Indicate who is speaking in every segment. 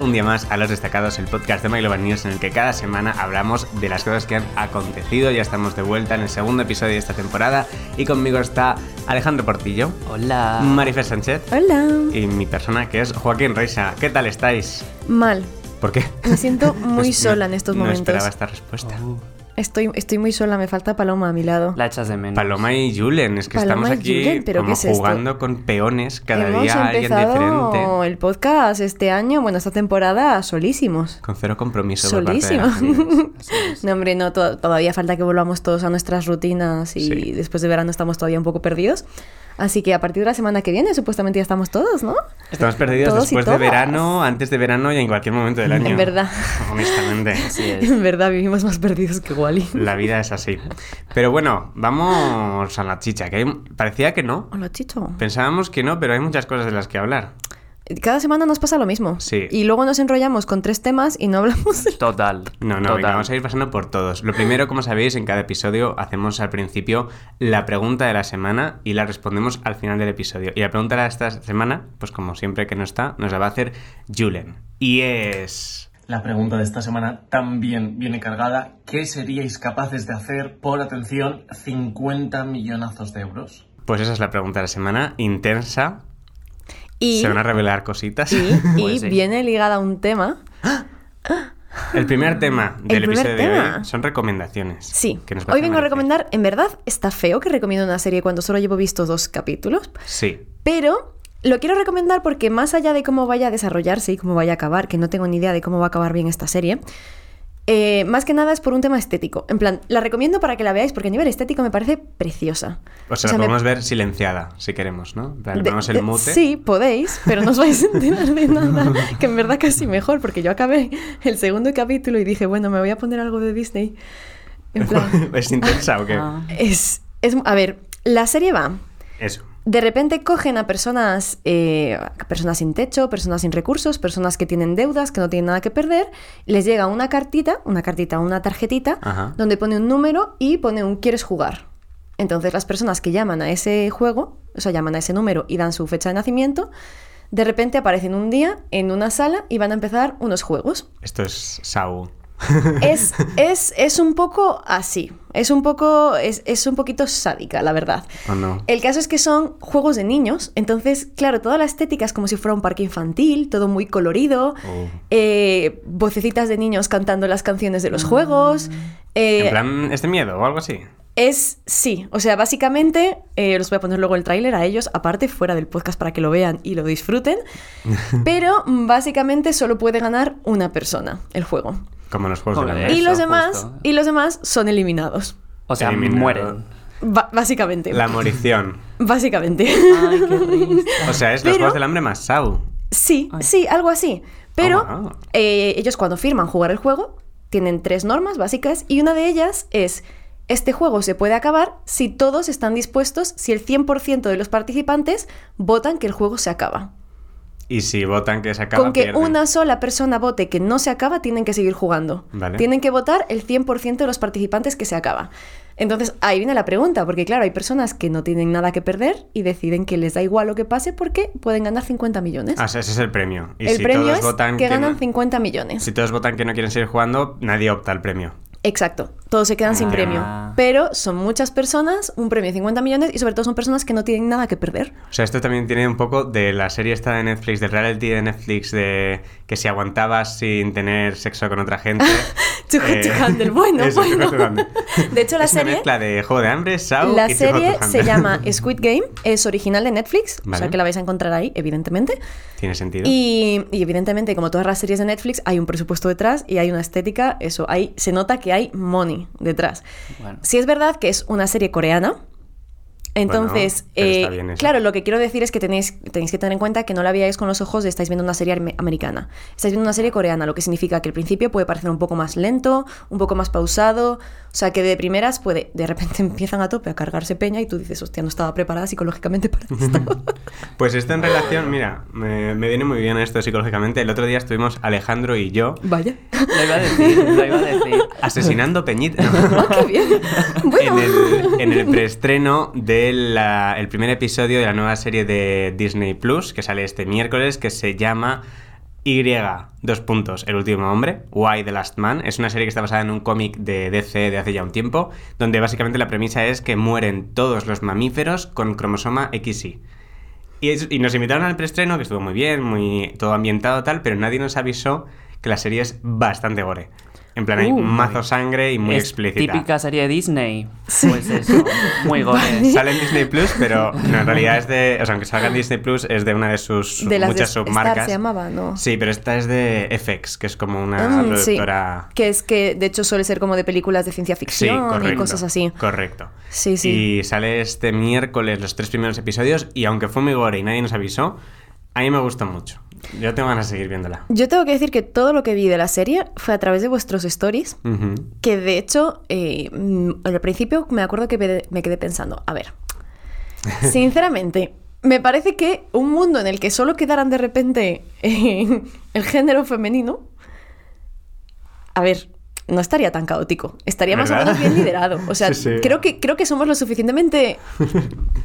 Speaker 1: un día más a Los Destacados, el podcast de My Global News en el que cada semana hablamos de las cosas que han acontecido. Ya estamos de vuelta en el segundo episodio de esta temporada y conmigo está Alejandro Portillo,
Speaker 2: Hola.
Speaker 1: Marifer Sánchez
Speaker 3: Hola.
Speaker 1: y mi persona que es Joaquín Reisa. ¿Qué tal estáis?
Speaker 3: Mal.
Speaker 1: ¿Por qué?
Speaker 3: Me siento muy
Speaker 1: Pues no-
Speaker 3: sola en estos
Speaker 1: no
Speaker 3: momentos. Oh.
Speaker 1: esperaba esta respuesta.
Speaker 3: Estoy, estoy muy sola, me falta Paloma a mi lado.
Speaker 2: La echas de menos.
Speaker 1: Paloma y Julen, es que estamos
Speaker 3: Paloma y
Speaker 1: aquí
Speaker 3: Julen, ¿pero
Speaker 1: como
Speaker 3: qué es esto?
Speaker 1: jugando con peones, cada
Speaker 3: Hemos
Speaker 1: día alguien diferente.
Speaker 3: empezado el podcast este año, bueno, esta temporada, solísimos.
Speaker 1: Con cero compromiso
Speaker 3: Solísimo.
Speaker 1: por parte de la gente.
Speaker 3: No, hombre, no, to- todavía falta que volvamos todos a nuestras rutinas y
Speaker 1: Sí.
Speaker 3: después de verano estamos todavía un poco perdidos. Así que a partir de la semana que viene, supuestamente ya estamos todos, ¿no?
Speaker 1: Estamos perdidos
Speaker 3: Todos y
Speaker 1: después de
Speaker 3: todas.
Speaker 1: verano, antes de verano y en cualquier momento del año.
Speaker 3: En verdad.
Speaker 1: Honestamente.
Speaker 2: Así es.
Speaker 3: En verdad, vivimos más perdidos que Wally.
Speaker 1: La vida es así. Pero bueno, vamos a la chicha, que hay- parecía que no.
Speaker 3: Hola, Chicho.
Speaker 1: Pensábamos que no, pero hay muchas cosas de las que hablar.
Speaker 3: Cada semana nos pasa lo mismo.
Speaker 1: Sí.
Speaker 3: Y luego nos enrollamos con tres temas y no hablamos de
Speaker 2: Total.
Speaker 1: No, no,
Speaker 2: total.
Speaker 1: venga, vamos a ir pasando por todos. Lo primero, como sabéis, en cada episodio hacemos al principio la pregunta de la semana y la respondemos al final del episodio. Y la pregunta de esta semana, pues como siempre que no está, nos la va a hacer Julen. Y es...
Speaker 4: La pregunta de esta semana también viene cargada. ¿Qué seríais capaces de hacer por, atención, 50 millonazos de euros?
Speaker 1: Pues esa es la pregunta de la semana, intensa.
Speaker 3: Y,
Speaker 1: Se van a revelar cositas.
Speaker 3: y- y
Speaker 2: Pues sí.
Speaker 3: viene ligada a un tema.
Speaker 1: El primer tema del
Speaker 3: El primer
Speaker 1: episodio de
Speaker 3: tema.
Speaker 1: hoy son recomendaciones.
Speaker 3: Sí.
Speaker 1: que nos va
Speaker 3: Hoy vengo a
Speaker 1: hacer Marifer.
Speaker 3: recomendar, en verdad, está feo que recomiendo una serie cuando solo llevo vistos dos capítulos,
Speaker 1: Sí.
Speaker 3: pero lo quiero recomendar porque más allá de cómo vaya a desarrollarse y cómo vaya a acabar, que no tengo ni idea de cómo va a acabar bien esta serie, eh, más que nada es por un tema estético. En plan, la recomiendo para que la veáis porque a nivel estético me parece preciosa.
Speaker 1: O sea, la
Speaker 3: me-
Speaker 1: podemos ver silenciada, si queremos, ¿no? En plan, Le
Speaker 3: De-
Speaker 1: ponemos el
Speaker 3: de-
Speaker 1: mute.
Speaker 3: Sí, podéis, pero no os vais a enterar de nada. Que en verdad casi mejor, porque yo acabé el segundo capítulo y dije, bueno, me voy a poner algo de Disney. En plan,
Speaker 1: ¿Es intensa o qué?
Speaker 2: Ah.
Speaker 3: es, es- A ver, la serie va.
Speaker 1: Eso.
Speaker 3: De repente cogen a personas, eh, a personas sin techo, personas sin recursos, personas que tienen deudas, que no tienen nada que perder. Les llega una cartita, una cartita, una tarjetita,
Speaker 1: Ajá.
Speaker 3: donde pone un número y pone un ¿quieres jugar? Entonces las personas que llaman a ese juego, o sea, llaman a ese número y dan su fecha de nacimiento, de repente aparecen un día en una sala y van a empezar unos juegos.
Speaker 1: Esto es Sau.
Speaker 3: Es, es, es un poco así, es un poco, es, es un poquito sádica, la verdad.
Speaker 1: ¿O no?
Speaker 3: El caso es que son juegos de niños, entonces, claro, toda la estética es como si fuera un parque infantil, todo muy colorido,
Speaker 1: Oh.
Speaker 3: eh, vocecitas de niños cantando las canciones de los juegos. eh,
Speaker 1: Mm. en plan, ¿es de miedo o algo así?
Speaker 3: es sí, o sea, básicamente, eh, los voy a poner luego el tráiler a ellos, aparte, fuera del podcast para que lo vean y lo disfruten, pero mm, básicamente solo puede ganar una persona el juego.
Speaker 1: Como en los juegos
Speaker 2: Joder.
Speaker 1: de la E
Speaker 3: y
Speaker 1: Mesa.
Speaker 2: Eso,
Speaker 3: los demás,
Speaker 2: justo.
Speaker 3: y los demás son eliminados.
Speaker 2: O sea,
Speaker 1: Eliminado.
Speaker 2: mueren.
Speaker 3: Ba- básicamente.
Speaker 1: La Ah, morición.
Speaker 3: Básicamente.
Speaker 2: Ay, qué triste.
Speaker 1: O sea, es los
Speaker 3: Pero-
Speaker 1: juegos del hambre más Sau.
Speaker 3: Sí, sí, algo así. Pero
Speaker 1: Ah.
Speaker 3: eh, ellos cuando firman jugar el juego tienen tres normas básicas y una de ellas es este juego se puede acabar si todos están dispuestos, si el 100% de los participantes votan que el juego se acaba.
Speaker 1: Y si votan que se acaba,
Speaker 3: Con que
Speaker 1: pierden.
Speaker 3: una sola persona vote que no se acaba, tienen que seguir jugando.
Speaker 1: Vale.
Speaker 3: Tienen que votar el 100% de los participantes que se acaba. Entonces ahí viene la pregunta, porque claro, hay personas que no tienen nada que perder y deciden que les da igual lo que pase porque pueden ganar 50 millones.
Speaker 1: Ah, o sea, ese es el premio. Y
Speaker 3: el
Speaker 1: si
Speaker 3: premio
Speaker 1: todos
Speaker 3: es
Speaker 1: votan
Speaker 3: que ganan
Speaker 1: no-
Speaker 3: 50 millones.
Speaker 1: Si todos votan que no quieren seguir jugando, nadie opta al premio.
Speaker 3: Exacto, todos se quedan sin
Speaker 2: Ah.
Speaker 3: premio. Pero son muchas personas, un premio de 50 millones y sobre todo son personas que no tienen nada que perder.
Speaker 1: O sea, esto también tiene un poco de la serie esta de Netflix, del reality de Netflix, de que si aguantabas sin tener sexo con otra gente.
Speaker 3: To Hot to Handle, bueno,
Speaker 1: Eh, eso, Too Hot
Speaker 3: bueno.
Speaker 1: to Handle.
Speaker 3: De hecho, la
Speaker 1: es Una
Speaker 3: serie-
Speaker 1: mezcla de juego de hambre, Sao
Speaker 3: La
Speaker 1: y Too Hot to
Speaker 3: serie se
Speaker 1: Handle.
Speaker 3: llama Squid Game, es original de Netflix, o
Speaker 1: Vale.
Speaker 3: sea que la vais a encontrar ahí, evidentemente.
Speaker 1: Tiene sentido.
Speaker 3: Y, y evidentemente, como todas las series de Netflix, hay un presupuesto detrás y hay una estética, eso, ahí se nota que hay money detrás.
Speaker 2: Bueno.
Speaker 3: Si es verdad que es una serie coreana, entonces,
Speaker 1: pero está
Speaker 3: eh,
Speaker 1: bien eso.
Speaker 3: claro, lo que quiero decir es que tenéis, tenéis que tener en cuenta que no la veáis con los ojos de estáis viendo una serie arme- americana. Estáis viendo una serie coreana, lo que significa que al principio puede parecer un poco más lento, un poco más pausado, o sea, que de primeras puede, de repente empiezan a tope a cargarse peña y tú dices, hostia, no estaba preparada psicológicamente para esto.
Speaker 1: Pues esto en relación, mira, me, me viene muy bien esto psicológicamente. El otro día estuvimos Alejandro y yo
Speaker 3: Vaya.
Speaker 2: Lo iba a decir, lo iba a decir.
Speaker 1: asesinando Peñit.
Speaker 3: Ah, qué bien. Bueno.
Speaker 1: en el, en el preestreno del el primer episodio de la nueva serie de Disney Plus que sale este miércoles que se llama Y, dos puntos, El último hombre, Why the Last Man. Es una serie que está basada en un cómic de DC de hace ya un tiempo, donde básicamente la premisa es que mueren todos los mamíferos con cromosoma XY. Y, es- y nos invitaron al preestreno, que estuvo muy bien, muy todo ambientado tal, pero nadie nos avisó que la serie es bastante gore. En plan, hay
Speaker 2: Uh.
Speaker 1: mazo sangre y muy
Speaker 2: es
Speaker 1: explícita.
Speaker 2: Típica serie de Disney. Pues eso, muy gore.
Speaker 1: eh, Sale en Disney Plus, pero no, en realidad es de. O sea, aunque salga en Disney Plus, es de una de sus
Speaker 3: De las de
Speaker 1: muchas
Speaker 3: Star
Speaker 1: submarcas.
Speaker 3: se llamaba, ¿no?
Speaker 1: Sí, pero esta es de FX, que es como una
Speaker 3: Mm, sí.
Speaker 1: productora.
Speaker 3: Que es que de hecho suele ser como de películas de ciencia
Speaker 1: Sí,
Speaker 3: ficción
Speaker 1: correcto.
Speaker 3: y cosas así.
Speaker 1: Correcto.
Speaker 3: Sí, sí.
Speaker 1: Y sale este miércoles los tres primeros episodios, y aunque fue muy gore y nadie nos avisó, a mí me gustó mucho. Yo tengo ganas de seguir viéndola.
Speaker 3: Yo tengo que decir que todo lo que vi de la serie fue a través de vuestros stories.
Speaker 1: Ujú.
Speaker 3: Que de hecho, eh, mm, al principio me acuerdo que pe- me quedé pensando, a ver, sinceramente, me parece que un mundo en el que solo quedaran de repente eh, el género femenino, a ver, no estaría tan caótico, estaría más o
Speaker 1: ¿Verdad?
Speaker 3: menos bien liderado. O sea,
Speaker 1: Sí, sí.
Speaker 3: Creo, que, creo que somos lo suficientemente...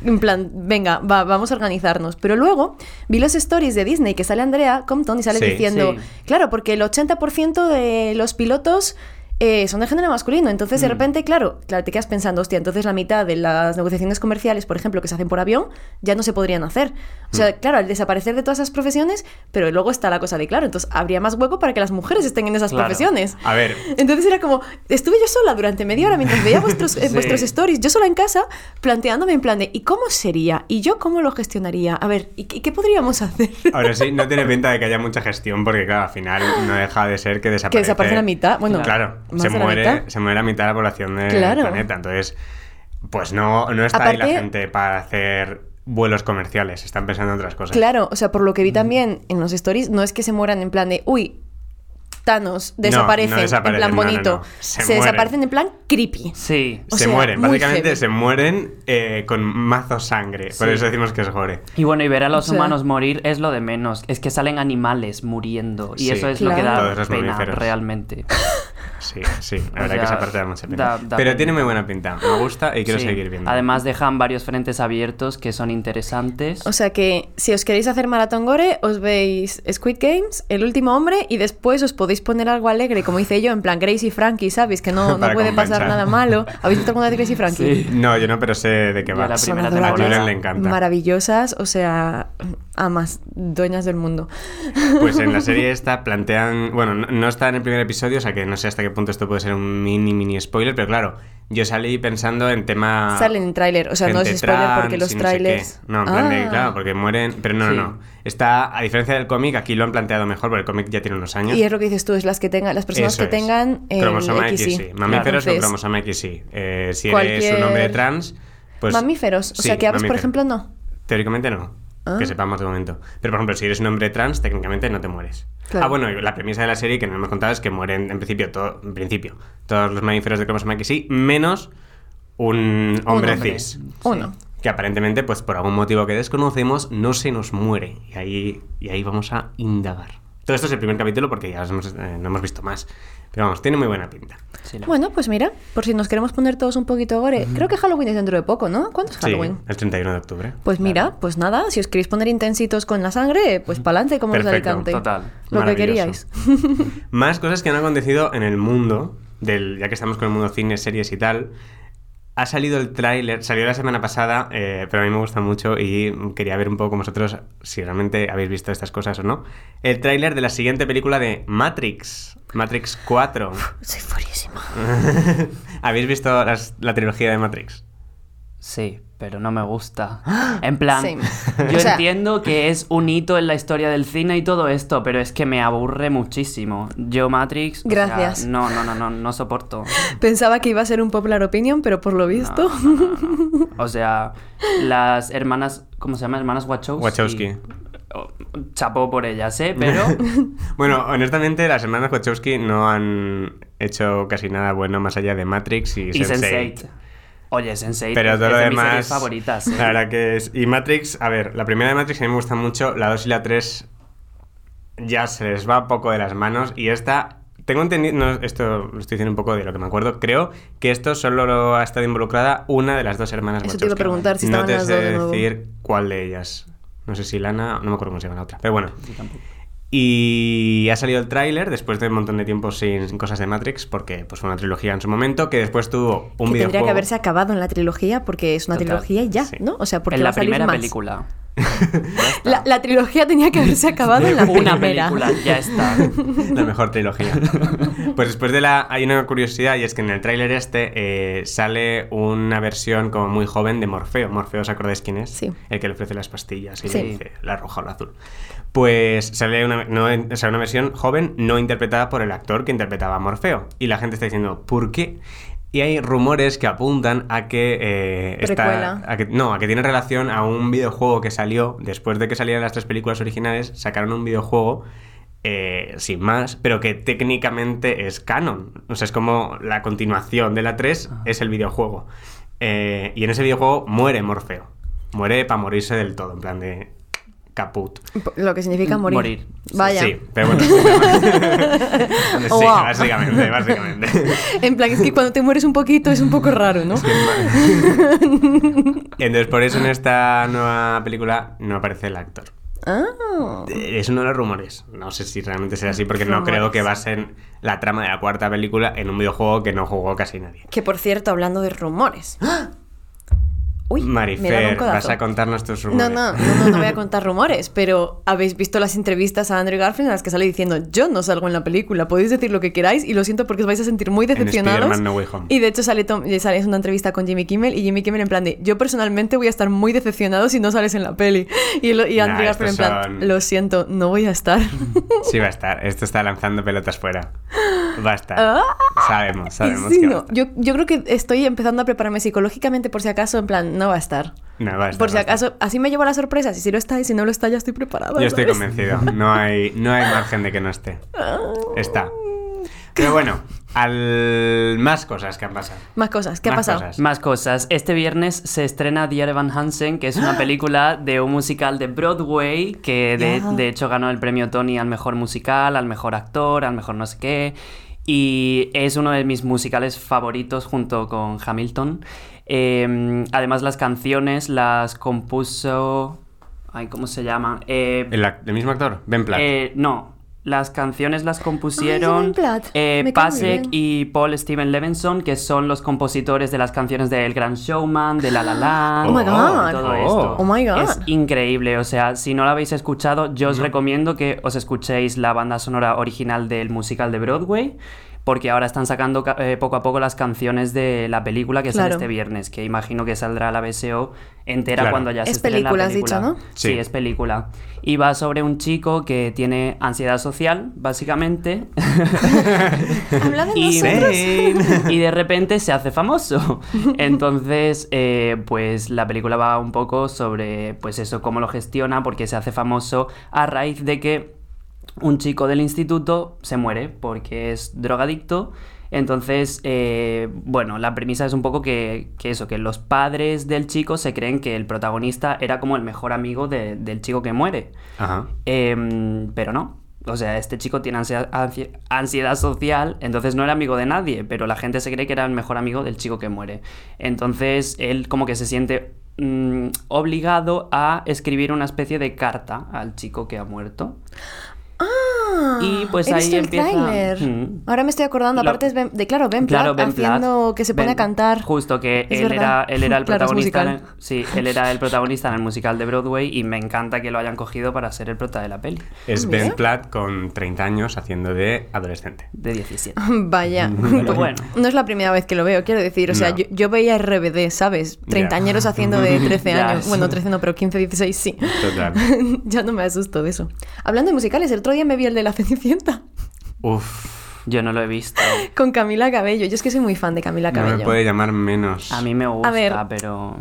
Speaker 3: En plan, venga, va, vamos a organizarnos. Pero luego vi los stories de Disney que sale Andrea Compton y sale
Speaker 1: Sí,
Speaker 3: diciendo,
Speaker 2: sí.
Speaker 3: claro, porque el 80% de los pilotos eh, son de género masculino. Entonces,
Speaker 2: Mm.
Speaker 3: de repente, claro, claro, te quedas pensando, hostia, entonces la mitad de las negociaciones comerciales, por ejemplo, que se hacen por avión, ya no se podrían hacer. O sea,
Speaker 2: Mm.
Speaker 3: claro, al desaparecer de todas esas profesiones, pero luego está la cosa de, claro, entonces habría más hueco para que las mujeres estén en esas
Speaker 2: Claro. Ah.
Speaker 3: profesiones.
Speaker 1: A ver,
Speaker 3: Entonces era como, estuve yo sola durante media hora mientras veía vuestros, eh,
Speaker 2: Sí.
Speaker 3: vuestros stories, yo sola en casa, planteándome en plan de, ¿y cómo sería? ¿Y yo cómo lo gestionaría? A ver, ¿y qué, qué podríamos hacer?
Speaker 1: ahora sí, no tiene pinta de que haya mucha gestión, porque claro, al final no deja de ser que
Speaker 3: que
Speaker 1: desaparece.
Speaker 3: desaparece la mitad. Bueno,
Speaker 1: claro,
Speaker 3: más
Speaker 1: se
Speaker 3: de la
Speaker 1: muere,
Speaker 3: mitad.
Speaker 1: se muere la mitad de la población del
Speaker 3: Claro.
Speaker 1: planeta. Entonces, pues no, no está ahí la
Speaker 3: Aparte-
Speaker 1: gente para hacer vuelos comerciales, están pensando en otras cosas.
Speaker 3: Claro, o sea, por lo
Speaker 1: Mm.
Speaker 3: que vi también en los stories, no es que se mueran en plan de, uy, Thanos desaparecen,
Speaker 1: desaparecen,
Speaker 3: en plan
Speaker 1: no, no,
Speaker 3: bonito.
Speaker 1: no, se
Speaker 3: Se,
Speaker 1: mueren.
Speaker 3: desaparecen en plan creepy.
Speaker 2: Sí.
Speaker 3: o
Speaker 1: se
Speaker 3: sea,
Speaker 1: mueren,
Speaker 3: muy
Speaker 1: básicamente
Speaker 3: heavy.
Speaker 1: se mueren eh, con mazo sangre. Por
Speaker 2: Sí.
Speaker 1: eso decimos que es gore.
Speaker 2: Y bueno, y ver a los
Speaker 3: O sea-
Speaker 2: humanos morir es lo de menos. Es que salen animales muriendo. Y
Speaker 1: Sí,
Speaker 2: eso es lo que
Speaker 3: Claro.
Speaker 2: da
Speaker 1: todos los
Speaker 2: pena
Speaker 1: mamíferos.
Speaker 2: realmente.
Speaker 1: Sí, sí, la
Speaker 2: O
Speaker 1: verdad que
Speaker 2: sea,
Speaker 1: esa parte da mucha pena.
Speaker 2: da- da
Speaker 1: Pero tiene
Speaker 2: penita.
Speaker 1: muy buena pinta, me gusta y quiero
Speaker 2: Sí.
Speaker 1: seguir viendo.
Speaker 2: Además dejan varios frentes abiertos que son interesantes.
Speaker 3: O sea que si os queréis hacer maratón gore, os veis Squid Games, El último hombre y después os podéis poner algo alegre, como hice yo, en plan Gracie y Frankie, ¿sabes? Que no, no
Speaker 1: Para
Speaker 3: puede pasar
Speaker 1: compensar.
Speaker 3: nada malo. ¿Habéis visto alguna de Gracie y Frankie?
Speaker 2: Sí.
Speaker 1: No, yo no, pero sé de qué
Speaker 2: Yo
Speaker 1: va.
Speaker 2: la
Speaker 1: A
Speaker 2: primera
Speaker 3: Son adorables,
Speaker 1: Julian
Speaker 2: temporada.
Speaker 1: le encanta.
Speaker 3: Maravillosas, o sea, amas, dueñas del mundo.
Speaker 1: Pues en la serie esta plantean, bueno, no, no está en el primer episodio, o sea que no sé hasta qué punto esto puede ser un mini, mini spoiler, pero claro, yo salí pensando en tema...
Speaker 3: Salen en tráiler, o sea, no es
Speaker 1: Ah, gente
Speaker 3: spoiler
Speaker 1: trans
Speaker 3: porque los
Speaker 1: y no sé
Speaker 3: trailers...
Speaker 1: qué. No, en plan de,
Speaker 3: Ah.
Speaker 1: claro, porque mueren, pero no,
Speaker 2: Sí.
Speaker 1: no, no. Está, a diferencia del cómic, aquí lo han planteado mejor, porque el cómic ya tiene unos años.
Speaker 3: Y es lo que dices tú, es las que tengan, las personas
Speaker 1: Eso
Speaker 3: que
Speaker 1: es.
Speaker 3: tengan eh, el
Speaker 1: cromosoma
Speaker 3: XY.
Speaker 1: XY. Mamíferos
Speaker 3: Entonces,
Speaker 1: con cromosoma XY. Eh, si eres
Speaker 3: cualquier-
Speaker 1: un hombre trans, pues...
Speaker 3: mamíferos, o
Speaker 1: Sí,
Speaker 3: sea, que aves, por
Speaker 1: mamífero.
Speaker 3: ejemplo, no.
Speaker 1: Teóricamente no.
Speaker 3: Ah.
Speaker 1: Que sepamos de momento. Pero, por ejemplo, si eres un hombre trans, técnicamente no te mueres.
Speaker 3: Claro.
Speaker 1: Ah, bueno, y la premisa de la serie que no hemos contado es que mueren, en principio, todo, en principio todos los mamíferos de cromosoma XY, menos un hombre,
Speaker 3: hombre.
Speaker 1: cis.
Speaker 3: Uno.
Speaker 1: Que aparentemente, pues por algún motivo que desconocemos, no se nos muere. Y ahí, y ahí vamos a indagar. Todo esto es el primer capítulo porque ya hemos- eh, no hemos visto más. Pero vamos, tiene muy buena pinta.
Speaker 2: Sí, la-
Speaker 3: Bueno, pues mira, por si nos queremos poner todos un poquito gore, creo que Halloween es dentro de poco, ¿no? ¿Cuándo es
Speaker 1: Sí,
Speaker 3: Halloween?
Speaker 1: el 31 de octubre.
Speaker 3: Pues mira, pues nada, si os queréis poner intensitos con la sangre, pues pa'lante como los de
Speaker 1: Perfecto,
Speaker 3: Alicante.
Speaker 2: total.
Speaker 3: Lo que
Speaker 1: Maravilloso.
Speaker 3: queríais.
Speaker 1: Más cosas que han acontecido en el mundo, del, ya que estamos con el mundo cine, series y tal. Ha salido el tráiler, salió la semana pasada, eh, pero a mí me gusta mucho y quería ver un poco con vosotros si realmente habéis visto estas cosas o no. El tráiler de la siguiente película de Matrix, Matrix 4.
Speaker 3: Soy furísima.
Speaker 1: ¿Habéis visto las- la trilogía de Matrix?
Speaker 2: Sí, pero no me gusta. En plan,
Speaker 3: Same.
Speaker 2: yo
Speaker 3: ¡Ah! O sea-
Speaker 2: entiendo que es un hito en la historia del cine y todo esto, pero es que me aburre muchísimo. Yo Matrix, o sea,
Speaker 3: Gracias.
Speaker 2: no, no, no, no, no soporto.
Speaker 3: Pensaba que iba a ser un popular opinion, pero por lo visto.
Speaker 2: No, no, no, no. O sea, las hermanas, ¿cómo se llama? Hermanas Wachowski.
Speaker 1: Wachowski.
Speaker 2: Oh, chapó por ellas, ¿eh? Pero
Speaker 1: Bueno, honestamente, las hermanas Wachowski no han hecho casi nada bueno más allá de Matrix y,
Speaker 2: y
Speaker 1: Sense8.
Speaker 2: Sense8. Oye, Sense8
Speaker 1: Pero
Speaker 2: pues, es
Speaker 1: todo
Speaker 2: de
Speaker 1: lo
Speaker 2: mis series
Speaker 1: demás.
Speaker 2: favoritas. ¿eh?
Speaker 1: La verdad que es. Y Matrix, a ver, la primera de Matrix a mí me gusta mucho, la 2 y la 3 ya se les va poco de las manos. Y esta. Tengo entendido. no, esto lo estoy diciendo un poco de lo que me acuerdo. Creo que esto solo lo ha estado involucrada una de las dos hermanas
Speaker 3: Eso te iba a
Speaker 1: Wachowski.
Speaker 3: preguntar, si
Speaker 1: No
Speaker 3: estaban
Speaker 1: te
Speaker 3: las
Speaker 1: sé
Speaker 3: dos de nuevo.
Speaker 1: decir cuál de ellas. No sé si Lana. No me acuerdo cómo se llama la otra. Pero bueno. Y ha salido el tráiler después de un montón de tiempo sin cosas de Matrix, porque pues, fue una trilogía en su momento, que después tuvo un
Speaker 3: que
Speaker 1: videojuego.
Speaker 3: tendría que haberse acabado en la trilogía porque es una
Speaker 2: Total,
Speaker 3: trilogía y ya,
Speaker 1: sí.
Speaker 3: ¿no? O sea, porque
Speaker 2: en
Speaker 3: va
Speaker 2: la
Speaker 3: a salir
Speaker 2: primera
Speaker 3: más.
Speaker 2: película.
Speaker 3: La, la trilogía tenía que haberse acabado en la
Speaker 2: Una
Speaker 3: primera.
Speaker 2: película, ya está.
Speaker 1: La mejor trilogía. Pues después de la... Hay una curiosidad y es que en el tráiler este eh, sale una versión como muy joven de Morfeo. Morfeo, ¿os acordáis quién es?
Speaker 3: Sí.
Speaker 1: El que le ofrece las pastillas y
Speaker 3: Sí.
Speaker 1: le dice la roja o la azul. Pues sale una, no- o sea, una versión joven no interpretada por el actor que interpretaba a Morfeo. Y la gente está diciendo, ¿por qué? Y hay rumores que apuntan a que, eh, está-
Speaker 3: Precuela.
Speaker 1: a que- no, a que tiene relación a un videojuego que salió después de que salieran las tres películas originales, sacaron un videojuego eh, sin más, pero que técnicamente es canon. O sea, es como la continuación de la 3 es el videojuego. Eh, y en ese videojuego muere Morfeo. Muere para morirse del todo, en plan de caput.
Speaker 3: Lo que significa
Speaker 2: Mm,
Speaker 3: morir.
Speaker 2: Morir.
Speaker 3: Vaya.
Speaker 1: Sí, pero bueno. sí,
Speaker 3: Wow.
Speaker 1: básicamente, básicamente.
Speaker 3: En plan, es que cuando te mueres un poquito es un poco raro, ¿no?
Speaker 1: Entonces, por eso en esta nueva película no aparece el actor.
Speaker 3: Ah.
Speaker 1: Eh, Es uno de los rumores. No sé si realmente será así, porque no
Speaker 3: Rumores.
Speaker 1: creo que basen la trama de la cuarta película en un videojuego que no jugó casi nadie.
Speaker 3: Que por cierto, hablando de rumores. Uy, me he dado un
Speaker 1: Marifer,
Speaker 3: codazo.
Speaker 1: vas a contarnos tus
Speaker 3: No,
Speaker 1: rumores.
Speaker 3: no, no, no, no voy a contar rumores, pero habéis visto las entrevistas a Andrew Garfield en las que sale diciendo yo no salgo en la película, podéis decir lo que queráis y lo siento porque os vais a sentir muy decepcionados.
Speaker 1: Spider-Man No Way Home.
Speaker 3: Y de hecho sale, Tom- eh, sale es una entrevista con Jimmy Kimmel y Jimmy Kimmel en plan de yo personalmente voy a estar muy decepcionado si no sales en la peli. Y, lo- y
Speaker 1: Nah,
Speaker 3: Andrew Garfield en
Speaker 1: estos
Speaker 3: plan,
Speaker 1: son-
Speaker 3: lo siento, no voy a estar.
Speaker 1: Sí, va a estar. Esto está lanzando pelotas fuera. Va a estar.
Speaker 3: Ah.
Speaker 1: Sabemos, sabemos.
Speaker 3: Sí,
Speaker 1: que va a
Speaker 3: no,
Speaker 1: estar.
Speaker 3: yo, yo creo que estoy empezando a prepararme psicológicamente por si acaso, en plan, no va a estar.
Speaker 1: No, va a estar,
Speaker 3: Por si
Speaker 1: va a estar.
Speaker 3: acaso, así me llevo la sorpresa. Si sí lo está y si no lo está, ya estoy preparada.
Speaker 1: Yo estoy
Speaker 3: ¿sabes? Ah.
Speaker 1: convencido. No hay, no hay margen de que no esté. Está. Pero bueno, al más cosas que han pasado.
Speaker 3: Más cosas. ¿Qué ha
Speaker 1: Más
Speaker 3: pasado?
Speaker 1: cosas.
Speaker 2: Más cosas. Este viernes se estrena Dear Evan Hansen, que es una película de un musical de Broadway que de,
Speaker 3: Ya.
Speaker 2: de hecho ganó el premio Tony al mejor musical, al mejor actor, al mejor no sé qué. Y es uno de mis musicales favoritos junto con Hamilton. Eh, además, las canciones las compuso. Ay, ¿cómo se llaman? Eh,
Speaker 1: ¿El, ac- el mismo actor? Ben Platt.
Speaker 2: eh, no. Las canciones las
Speaker 3: Ay, Simon
Speaker 2: compusieron
Speaker 3: Platt.
Speaker 2: eh,
Speaker 3: Me cae muy
Speaker 2: Pasek
Speaker 3: bien.
Speaker 2: y Paul Steven Levinson, que son los compositores de las canciones de El Gran Showman, de La La Land,
Speaker 1: Oh my
Speaker 2: de
Speaker 1: God.
Speaker 2: todo
Speaker 1: Oh.
Speaker 2: esto.
Speaker 3: Oh my God.
Speaker 2: Es increíble, o sea, si no la habéis escuchado, yo os recomiendo que os escuchéis la banda sonora original del musical de Broadway, porque ahora están sacando ca- eh, poco a poco las canciones de la película que sale
Speaker 3: Claro.
Speaker 2: este viernes, que imagino que saldrá la BSO entera
Speaker 1: Claro.
Speaker 2: cuando ya se
Speaker 3: Es
Speaker 2: estrene la
Speaker 3: película, has
Speaker 2: película.
Speaker 3: dicho, ¿no?
Speaker 1: Sí.
Speaker 2: Sí, es película. Y va sobre un chico que tiene ansiedad social, básicamente.
Speaker 3: Habla de
Speaker 2: y,
Speaker 3: nosotros.
Speaker 2: y de repente se hace famoso. Entonces, eh, pues la película va un poco sobre, pues eso, cómo lo gestiona, porque se hace famoso a raíz de que un chico del instituto se muere porque es drogadicto. Entonces, eh, bueno, la premisa es un poco que, que eso, que los padres del chico se creen que el protagonista era como el mejor amigo de- del chico que muere.
Speaker 1: Ajá.
Speaker 2: Em, pero no. O sea, este chico tiene ansia- ansi- ansiedad, social, entonces no era amigo de nadie, pero la gente se cree que era el mejor amigo del chico que muere. Entonces él como que se siente mm, obligado a escribir una especie de carta al chico que ha muerto.
Speaker 3: Ah,
Speaker 2: Y, pues,
Speaker 3: he
Speaker 2: ahí
Speaker 3: visto el
Speaker 2: empieza-
Speaker 3: tráiler.
Speaker 2: Mm.
Speaker 3: Ahora me estoy acordando,
Speaker 2: Lo-
Speaker 3: aparte es Ben- de claro, Ben Platt
Speaker 2: Ben Platt.
Speaker 3: haciendo que se pone
Speaker 2: Ben-
Speaker 3: a cantar.
Speaker 2: Justo que
Speaker 3: Es
Speaker 2: él
Speaker 3: verdad.
Speaker 2: era, él era el
Speaker 3: Claro, es
Speaker 2: protagonista. en-
Speaker 3: musical.
Speaker 2: sí, él era el protagonista en el musical de Broadway y me encanta que lo hayan cogido para ser el prota de la peli,
Speaker 1: Es
Speaker 3: mira.
Speaker 1: Ben Platt con 30 años haciendo de adolescente.
Speaker 2: de 17.
Speaker 3: Vaya.
Speaker 2: Pero bueno.
Speaker 3: No es la primera vez que lo veo, quiero decir. O sea,
Speaker 1: No.
Speaker 3: yo, yo veía RBD, ¿sabes? Treintañeros haciendo de 13
Speaker 2: Ya,
Speaker 3: años.
Speaker 2: sí.
Speaker 3: Bueno, 13 no, pero 15, 16 sí.
Speaker 1: Total.
Speaker 3: ya no me asusto de eso. Hablando de musicales, el otro día me vi el de La Cenicienta
Speaker 1: Uf.
Speaker 2: Yo no lo he visto.
Speaker 3: con Camila Cabello. Yo es que soy muy fan de Camila
Speaker 1: No me
Speaker 3: Cabello.
Speaker 1: puede llamar menos.
Speaker 2: A mí me gusta,
Speaker 3: ver.
Speaker 2: pero...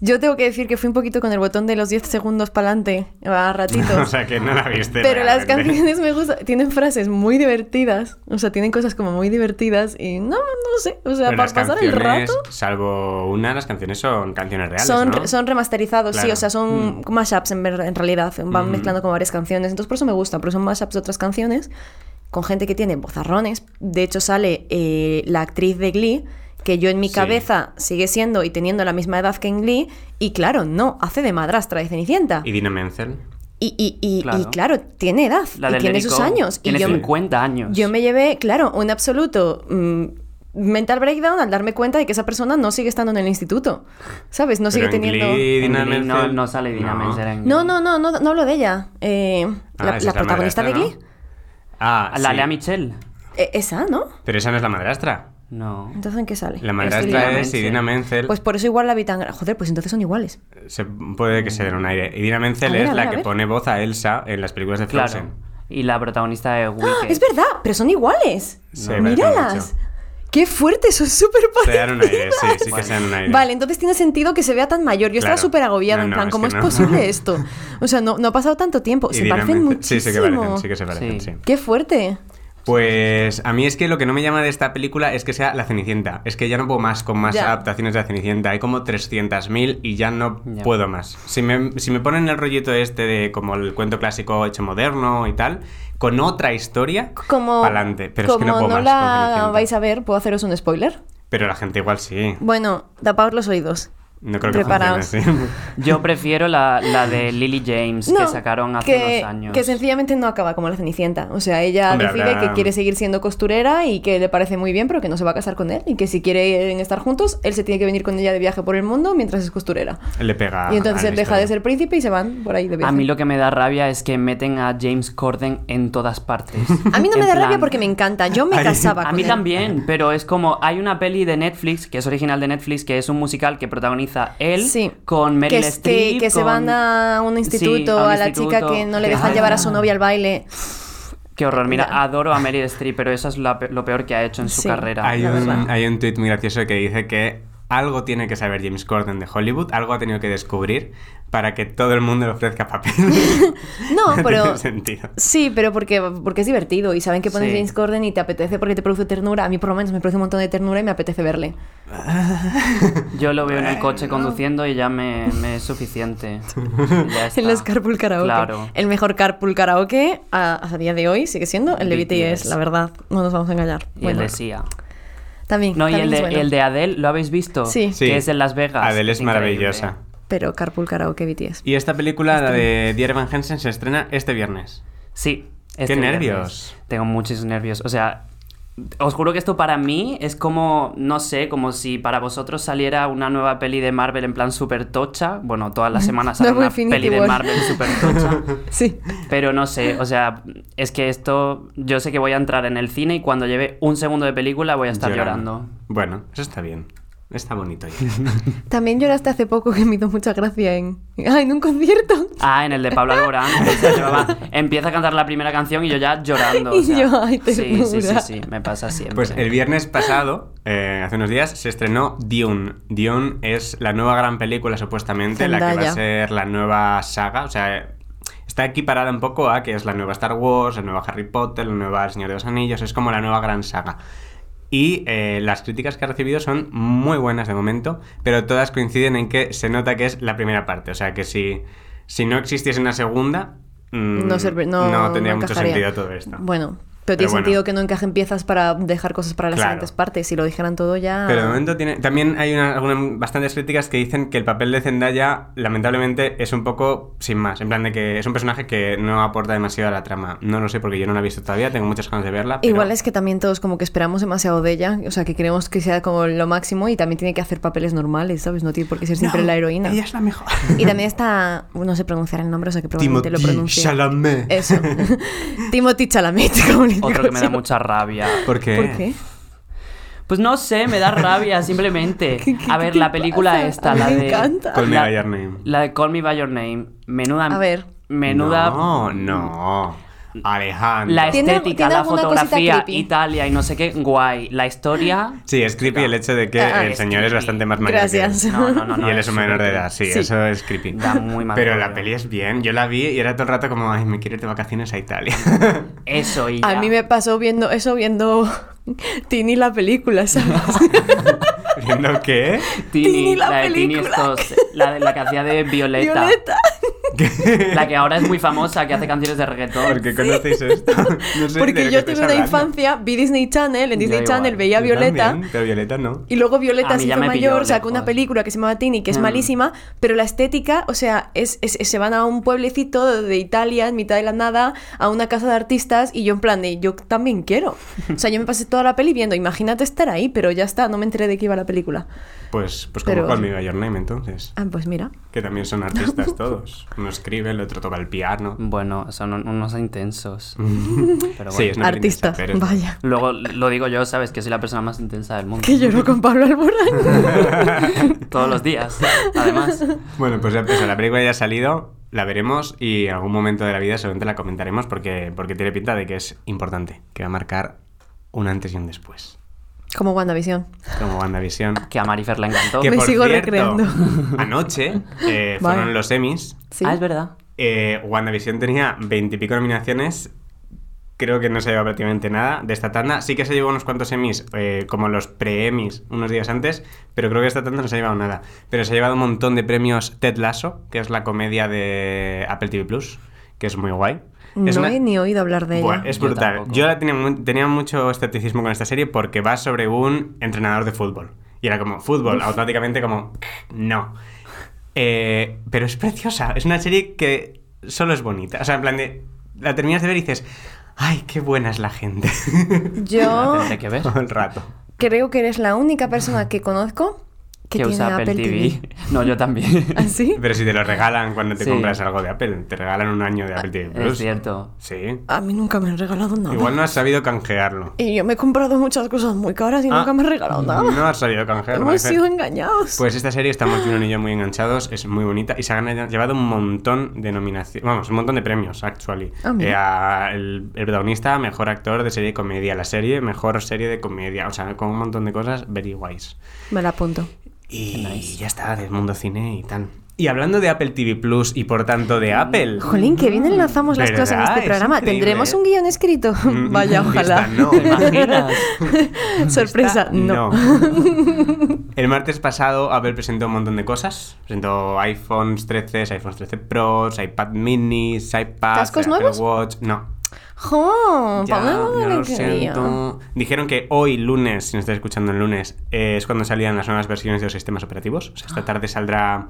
Speaker 3: Yo tengo que decir que fui un poquito con el botón de los 10 segundos para adelante, a ratitos.
Speaker 1: o sea que no la viste.
Speaker 3: Pero las
Speaker 1: realmente.
Speaker 3: canciones me gustan, tienen frases muy divertidas, o sea, tienen cosas como muy divertidas y no, no sé, o sea,
Speaker 1: Pero
Speaker 3: para
Speaker 1: las
Speaker 3: pasar el
Speaker 1: canciones,
Speaker 3: rato
Speaker 1: Salvo una, las canciones son canciones reales.
Speaker 3: son,
Speaker 1: ¿no?
Speaker 3: son remasterizados, sí,
Speaker 1: Claro. Mm.
Speaker 3: o sea, son mashups en, ver- en realidad, van mezclando con varias canciones, entonces por eso me gusta, porque son mashups de otras canciones con gente que tiene vozarrones, de hecho sale eh, la actriz de Glee, que yo en mi
Speaker 1: Sí.
Speaker 3: cabeza sigue siendo y teniendo la misma edad que en Glee, y claro, no, hace de madrastra de Cenicienta.
Speaker 1: Y Dina Menzel.
Speaker 3: Y, y, y- y claro.
Speaker 2: Claro.
Speaker 3: tiene edad,
Speaker 2: La
Speaker 3: y
Speaker 2: del
Speaker 3: tiene sus
Speaker 2: Lérico
Speaker 3: años.
Speaker 2: Tiene
Speaker 3: y yo,
Speaker 2: 50 años.
Speaker 3: yo me llevé, claro, un absoluto mm, mental breakdown al darme cuenta de que esa persona no sigue estando en el instituto. ¿Sabes? No sigue
Speaker 1: Pero en
Speaker 3: teniendo...
Speaker 1: Glee,
Speaker 2: En
Speaker 1: Dina
Speaker 2: Glee no,
Speaker 1: Menzel-
Speaker 2: no sale Dina
Speaker 1: No.
Speaker 2: Menzel en-
Speaker 3: No, no, no, no, no hablo de ella. Eh,
Speaker 1: Mm. Ah,
Speaker 3: la,
Speaker 1: esa es
Speaker 3: la protagonista de
Speaker 1: madrastra,
Speaker 3: Glee.
Speaker 1: ¿no? Ah,
Speaker 2: La
Speaker 1: sí.
Speaker 2: Lea Michelle.
Speaker 3: Eh, esa, ¿no?
Speaker 1: Pero esa no es la madrastra.
Speaker 2: No.
Speaker 3: Entonces, ¿en qué sale?
Speaker 1: La
Speaker 2: Idina
Speaker 1: madrastra es
Speaker 2: Menzel.
Speaker 1: Idina Menzel.
Speaker 3: Pues por eso igual la vi tan... gra- Joder, pues entonces son iguales.
Speaker 1: Se puede que se den un aire. Idina
Speaker 3: A
Speaker 1: Menzel
Speaker 3: ver,
Speaker 1: es
Speaker 3: a ver,
Speaker 1: la
Speaker 3: a
Speaker 1: que
Speaker 3: ver.
Speaker 1: pone voz a Elsa en las películas de
Speaker 2: Claro.
Speaker 1: Frozen.
Speaker 2: Y la protagonista de
Speaker 3: ¡Ah!
Speaker 2: Wicked.
Speaker 3: Es verdad, pero son iguales.
Speaker 1: Sí, parecen
Speaker 3: Míralas.
Speaker 1: mucho.
Speaker 3: Qué fuerte, son súper
Speaker 1: Se dan un aire, sí, sí que
Speaker 2: Bueno.
Speaker 1: se dan un aire.
Speaker 3: Vale, entonces tiene sentido que se vea tan mayor. Yo estaba
Speaker 1: Claro.
Speaker 3: súper agobiada,
Speaker 1: No,
Speaker 3: en
Speaker 1: no,
Speaker 3: plan,
Speaker 1: es
Speaker 3: ¿cómo es
Speaker 1: que no.
Speaker 3: posible esto? O sea, no, no ha pasado tanto tiempo. Se
Speaker 1: Idina
Speaker 3: parecen
Speaker 1: Menzel-
Speaker 3: muchísimo.
Speaker 1: Sí, sí que parecen, sí que se parecen,
Speaker 2: Sí.
Speaker 1: sí.
Speaker 3: Qué fuerte.
Speaker 1: Pues a mí es que lo que no me llama de esta película es que sea la Cenicienta. Es que ya no puedo más con más
Speaker 3: Ya.
Speaker 1: adaptaciones de la Cenicienta. Hay como 300.000 y ya no
Speaker 2: Ya.
Speaker 1: puedo más. Si me, si me ponen el rollito este de como el cuento clásico hecho moderno y tal, con otra historia,
Speaker 3: Como,
Speaker 1: pa'lante. Pero es
Speaker 3: como
Speaker 1: que no puedo más con
Speaker 3: la
Speaker 1: Cenicienta.
Speaker 3: vais a ver, ¿puedo haceros un spoiler?
Speaker 1: Pero la gente igual sí.
Speaker 3: Bueno, tapaos los oídos.
Speaker 1: No creo que funcione
Speaker 3: Preparaos.
Speaker 1: así.
Speaker 2: Yo prefiero la, la de Lily James que
Speaker 3: No,
Speaker 2: sacaron hace
Speaker 3: que-
Speaker 2: unos años.
Speaker 3: Que sencillamente no acaba como la Cenicienta. O sea, ella
Speaker 1: Hombre,
Speaker 3: decide
Speaker 1: habrá-
Speaker 3: que quiere seguir siendo costurera y que le parece muy bien, pero que no se va a casar con él. Y que si quieren estar juntos, él se tiene que venir con ella de viaje por el mundo mientras es costurera.
Speaker 1: Le pega.
Speaker 3: y entonces
Speaker 1: a la
Speaker 3: él deja
Speaker 1: historia.
Speaker 3: de ser príncipe y se van por ahí de viaje.
Speaker 2: A mí lo que me da rabia es que meten a James Corden en todas partes.
Speaker 3: A mí no me
Speaker 2: En
Speaker 3: da
Speaker 2: plan-
Speaker 3: rabia porque me encanta. Yo me
Speaker 1: Ay,
Speaker 3: casaba con
Speaker 2: A mí
Speaker 3: él.
Speaker 2: también, pero es como hay una peli de Netflix que es original de Netflix que es un musical que protagoniza él
Speaker 3: Sí.
Speaker 2: con Meryl
Speaker 3: que, es- que-
Speaker 2: Streep,
Speaker 3: que se
Speaker 2: con-
Speaker 3: van a un instituto,
Speaker 2: Sí, a un
Speaker 3: a, la
Speaker 2: instituto.
Speaker 3: chica que no le dejan
Speaker 2: Ah.
Speaker 3: llevar a su novia al baile.
Speaker 2: Qué horror, mira,
Speaker 3: Ya.
Speaker 2: adoro a Meryl Streep, pero eso es la pe- lo peor que ha hecho en su
Speaker 3: Sí.
Speaker 2: carrera.
Speaker 1: Hay
Speaker 3: la
Speaker 1: un,
Speaker 3: verdad.
Speaker 1: hay un tuit muy gracioso que dice que algo tiene que saber James Corden de Hollywood, algo ha tenido que descubrir para que todo el mundo le ofrezca papel.
Speaker 3: No, pero...
Speaker 1: tiene sentido.
Speaker 3: Sí, pero porque, porque es divertido y saben que pones
Speaker 2: Sí.
Speaker 3: James Corden y te apetece porque te produce ternura. A mí por lo menos me produce un montón de ternura y me apetece verle.
Speaker 2: Yo lo veo en el coche conduciendo y ya me, me es suficiente. Ya está.
Speaker 3: En los carpool karaoke.
Speaker 2: Ah, Claro.
Speaker 3: El mejor carpool karaoke a, a día de hoy sigue siendo el de BTS,
Speaker 2: BTS.
Speaker 3: la verdad. No nos vamos a engañar.
Speaker 2: Y el
Speaker 3: Bueno,
Speaker 2: de Sia.
Speaker 3: también,
Speaker 2: No, y
Speaker 3: también
Speaker 2: el
Speaker 3: es
Speaker 2: de,
Speaker 3: bueno.
Speaker 2: el de Adele, ¿lo habéis visto?
Speaker 3: Sí.
Speaker 1: Sí.
Speaker 2: Que es en Las Vegas.
Speaker 1: Adele es
Speaker 2: increíble.
Speaker 1: maravillosa.
Speaker 3: Pero carpool karaoke BTS.
Speaker 1: Y esta película, la de Dier Van Hensen, se estrena este viernes.
Speaker 2: Sí.
Speaker 1: ¡Qué
Speaker 2: viernes.
Speaker 1: nervios!
Speaker 2: Tengo muchos nervios. O sea, os juro que esto para mí es como, no sé, como si para vosotros saliera una nueva peli de Marvel en plan super tocha. Bueno, todas las semanas sale
Speaker 3: Luego
Speaker 2: una
Speaker 3: Infinity
Speaker 2: peli de
Speaker 3: War.
Speaker 2: Marvel super tocha.
Speaker 3: Sí.
Speaker 2: Pero no sé, o sea, es que esto, yo sé que voy a entrar en el cine y cuando lleve un segundo de película voy a estar llorando.
Speaker 1: Bueno, eso está bien. Está bonito. ya.
Speaker 3: También lloraste hace poco que me hizo mucha gracia en, ah, en un concierto.
Speaker 2: Ah, en el de Pablo Alborán. o sea, yo, mamá, empieza a cantar la primera canción y yo ya llorando. o
Speaker 3: Y
Speaker 2: sea,
Speaker 3: yo, ay,
Speaker 2: sí, sí, sí,
Speaker 3: ternura.
Speaker 2: sí, me pasa siempre.
Speaker 1: Pues el viernes pasado, eh, hace unos días, se estrenó Dune. Dune es la nueva gran película, supuestamente, la que va
Speaker 3: Zendaya.
Speaker 1: a ser la nueva saga. O sea, está equiparada un poco a que es la nueva Star Wars, la nueva Harry Potter, la nueva El Señor de los Anillos. Es como la nueva gran saga. Y eh, las críticas que ha recibido son muy buenas de momento, pero todas coinciden en que se nota que es la primera parte. O sea, que si, si no existiese una segunda, mm,
Speaker 3: No, serve- no,
Speaker 1: no tendría
Speaker 3: no
Speaker 1: mucho
Speaker 3: encajaría.
Speaker 1: sentido todo esto.
Speaker 3: Bueno,
Speaker 1: Pero
Speaker 3: pero, tiene
Speaker 1: bueno.
Speaker 3: sentido que no encajen piezas para dejar cosas para las
Speaker 1: Claro.
Speaker 3: siguientes partes. Si lo dijeran todo ya.
Speaker 1: Pero de momento tiene. También hay una- algunas bastantes críticas que dicen que el papel de Zendaya, lamentablemente, es un poco sin más. En plan de que es un personaje que no aporta demasiado a la trama. No lo sé porque yo no la he visto todavía, tengo muchas ganas de verla. pero-
Speaker 3: Igual es que también todos como que esperamos demasiado de ella, o sea, que queremos que sea como lo máximo y también tiene que hacer papeles normales, ¿sabes? No tiene por qué ser siempre la heroína.
Speaker 1: Ella es la mejor.
Speaker 3: Y también está, no sé pronunciar el nombre, o sea, que probablemente lo
Speaker 1: Timothy
Speaker 3: pronuncie.
Speaker 1: Chalamet.
Speaker 3: Eso. Timothy Chalamet, como le
Speaker 2: Otro
Speaker 3: digo
Speaker 2: que me da
Speaker 3: yo.
Speaker 2: mucha rabia.
Speaker 1: ¿Por qué?
Speaker 3: ¿Por qué?
Speaker 2: Pues no sé, me da rabia, simplemente.
Speaker 3: ¿Qué- qué-
Speaker 2: A ver,
Speaker 3: qué
Speaker 2: la
Speaker 3: te
Speaker 2: película
Speaker 3: pasa?
Speaker 2: esta, la
Speaker 3: Me
Speaker 2: de.
Speaker 3: encanta.
Speaker 1: Call me
Speaker 2: la,
Speaker 1: by your name.
Speaker 2: La de Call Me By Your Name. Menuda.
Speaker 3: A ver.
Speaker 2: Menuda.
Speaker 1: No, no. Alejandro.
Speaker 2: La
Speaker 3: ¿Tiene-
Speaker 2: estética,
Speaker 3: tiene
Speaker 2: la
Speaker 3: alguna cosita
Speaker 2: fotografía,
Speaker 3: creepy?
Speaker 2: Italia y no sé qué, guay. La historia.
Speaker 1: Sí, es creepy el hecho de que
Speaker 3: Ah,
Speaker 1: el
Speaker 3: es
Speaker 1: señor es
Speaker 2: creepy.
Speaker 1: bastante más mayor. que él.
Speaker 3: Gracias.
Speaker 2: No, no, no. no
Speaker 1: y él es
Speaker 2: es
Speaker 1: un menor de
Speaker 2: creepy.
Speaker 1: edad, sí,
Speaker 3: Sí.
Speaker 1: eso es creepy.
Speaker 2: Da muy mal
Speaker 1: Pero
Speaker 2: rollo.
Speaker 1: la peli es bien, yo la vi y era todo el rato como, ay, me quiero ir de vacaciones a Italia.
Speaker 2: Eso y.
Speaker 3: A
Speaker 2: ya.
Speaker 3: mí me pasó viendo eso viendo Tini la película, ¿sabes?
Speaker 1: ¿Viendo qué?
Speaker 2: Tini,
Speaker 3: Tini,
Speaker 2: la,
Speaker 3: la
Speaker 2: de Tini
Speaker 3: película.
Speaker 2: estos, la, de- la que hacía de Violeta.
Speaker 3: Violeta.
Speaker 2: La que ahora es muy famosa, que hace canciones de reggaetón.
Speaker 1: ¿Por qué conocéis esto? No sé de
Speaker 3: Porque
Speaker 1: lo
Speaker 3: yo
Speaker 1: que
Speaker 3: tuve
Speaker 1: estáis
Speaker 3: una
Speaker 1: hablando.
Speaker 3: infancia, vi Disney Channel, en
Speaker 2: Yo
Speaker 3: Disney
Speaker 2: igual.
Speaker 3: Channel veía a
Speaker 1: Yo
Speaker 3: Violeta.
Speaker 1: también, pero Violeta no.
Speaker 3: Y luego Violeta
Speaker 2: A mí
Speaker 3: se
Speaker 2: ya
Speaker 3: hizo
Speaker 2: me pilló
Speaker 3: mayor, sacó una
Speaker 2: lejos.
Speaker 3: película que se llamaba Tini, que es
Speaker 2: Mm.
Speaker 3: malísima, pero la estética, o sea, es, es- es- se van a un pueblecito de Italia, en mitad de la nada, a una casa de artistas, y yo en plan de, yo también quiero. O sea, yo me pasé toda la peli viendo, imagínate estar ahí, pero ya está, no me enteré de que iba la película.
Speaker 1: Pues, pues
Speaker 3: Pero-
Speaker 1: como con Your Name, entonces.
Speaker 3: Ah, pues mira.
Speaker 1: Que también son artistas todos. Uno escribe, el otro toca el piano.
Speaker 2: Bueno, son un- unos intensos. Pero bueno.
Speaker 1: Sí, es una
Speaker 3: Artistas,
Speaker 1: Prince Pérez.
Speaker 3: vaya.
Speaker 2: Luego lo digo yo, ¿sabes? Que soy la persona más intensa del mundo.
Speaker 3: Que lloro con Pablo Alborán.
Speaker 2: Todos los días, además.
Speaker 1: Bueno, pues ya empezó. La película ya ha salido, la veremos y en algún momento de la vida seguramente la comentaremos porque, porque tiene pinta de que es importante, que va a marcar un antes y un después.
Speaker 3: Como WandaVision.
Speaker 1: Como WandaVision.
Speaker 2: Que a Marifer le encantó.
Speaker 1: Que
Speaker 3: Me
Speaker 1: por
Speaker 3: sigo
Speaker 1: cierto,
Speaker 3: recreando.
Speaker 1: Anoche eh,
Speaker 3: Vaya.
Speaker 1: fueron los Emmys.
Speaker 3: Sí.
Speaker 2: Ah, es verdad.
Speaker 1: Eh, WandaVision tenía 20 y pico nominaciones. Creo que no se lleva prácticamente nada de esta tanda. Sí que se llevó unos cuantos Emmys, eh, como los pre-Emmys, unos días antes, pero creo que esta tanda no se ha llevado nada. Pero se ha llevado un montón de premios Ted Lasso, que es la comedia de Apple TV Plus, que es muy guay.
Speaker 3: No
Speaker 1: Es una-
Speaker 3: he ni oído hablar de ella.
Speaker 1: Buah, es
Speaker 2: Yo
Speaker 1: brutal. Yo,
Speaker 2: tampoco.
Speaker 1: la tenía, mu- tenía mucho escepticismo con esta serie porque va sobre un entrenador de fútbol. Y era como, fútbol, automáticamente como, no. Eh, pero es preciosa. Es una serie que solo es bonita. O sea, en plan de, la terminas de ver y dices, ay, qué buena es la gente.
Speaker 3: Yo
Speaker 2: La tendré que ver.
Speaker 1: Todo el rato.
Speaker 3: creo que eres la única persona que conozco que, tiene
Speaker 2: usa
Speaker 3: Apple, Ah, TV.
Speaker 2: No, yo también.
Speaker 3: ¿Así?
Speaker 1: Pero si te lo regalan cuando te
Speaker 2: Sí. Ah,
Speaker 1: compras algo de Apple, te regalan un año de Apple TV Plus.
Speaker 2: es cierto.
Speaker 1: Sí.
Speaker 3: A mí nunca me han regalado nada.
Speaker 1: Igual no has sabido canjearlo.
Speaker 3: Y yo me he comprado muchas cosas muy caras y
Speaker 1: Ah,
Speaker 3: nunca me han regalado nada.
Speaker 1: No has sabido canjearlo.
Speaker 3: Hemos
Speaker 1: Marifer.
Speaker 3: sido engañados.
Speaker 1: Pues esta serie estamos Juno y yo muy enganchados, es muy bonita y se han llevado un montón de nominaciones, vamos, un montón de premios, actually.
Speaker 3: Ah, mira.
Speaker 1: Eh, a- el, el protagonista, mejor actor de serie de comedia, la serie, mejor serie de comedia, o sea, con un montón de cosas very guays.
Speaker 3: Me la apunto.
Speaker 1: Y ya está, del mundo cine y tal. Y hablando de Apple TV Plus y por tanto de Apple.
Speaker 3: Jolín, qué bien enlazamos las
Speaker 1: ¿Verdad?
Speaker 3: cosas en este
Speaker 1: Es
Speaker 3: programa.
Speaker 1: increíble,
Speaker 3: Tendremos
Speaker 1: ¿eh?
Speaker 3: un guión escrito.
Speaker 1: Mm,
Speaker 3: Vaya,
Speaker 1: pista,
Speaker 3: ojalá.
Speaker 1: no.
Speaker 2: ¿Te imaginas?
Speaker 3: Sorpresa, no.
Speaker 1: El martes pasado Apple presentó un montón de cosas. Presentó iPhones 13, iPhones 13 Pros, iPad mini, iPad,
Speaker 3: ¿Cascos
Speaker 1: Apple
Speaker 3: nuevos?
Speaker 1: Watch. No.
Speaker 3: Jo,
Speaker 1: Ya,
Speaker 3: Pablo, no
Speaker 1: ya
Speaker 3: me
Speaker 1: lo
Speaker 3: creía.
Speaker 1: siento. Dijeron que hoy, lunes, si nos estáis escuchando el lunes, eh, es cuando salían las nuevas versiones de los sistemas operativos. O sea,
Speaker 2: Ah.
Speaker 1: esta tarde saldrá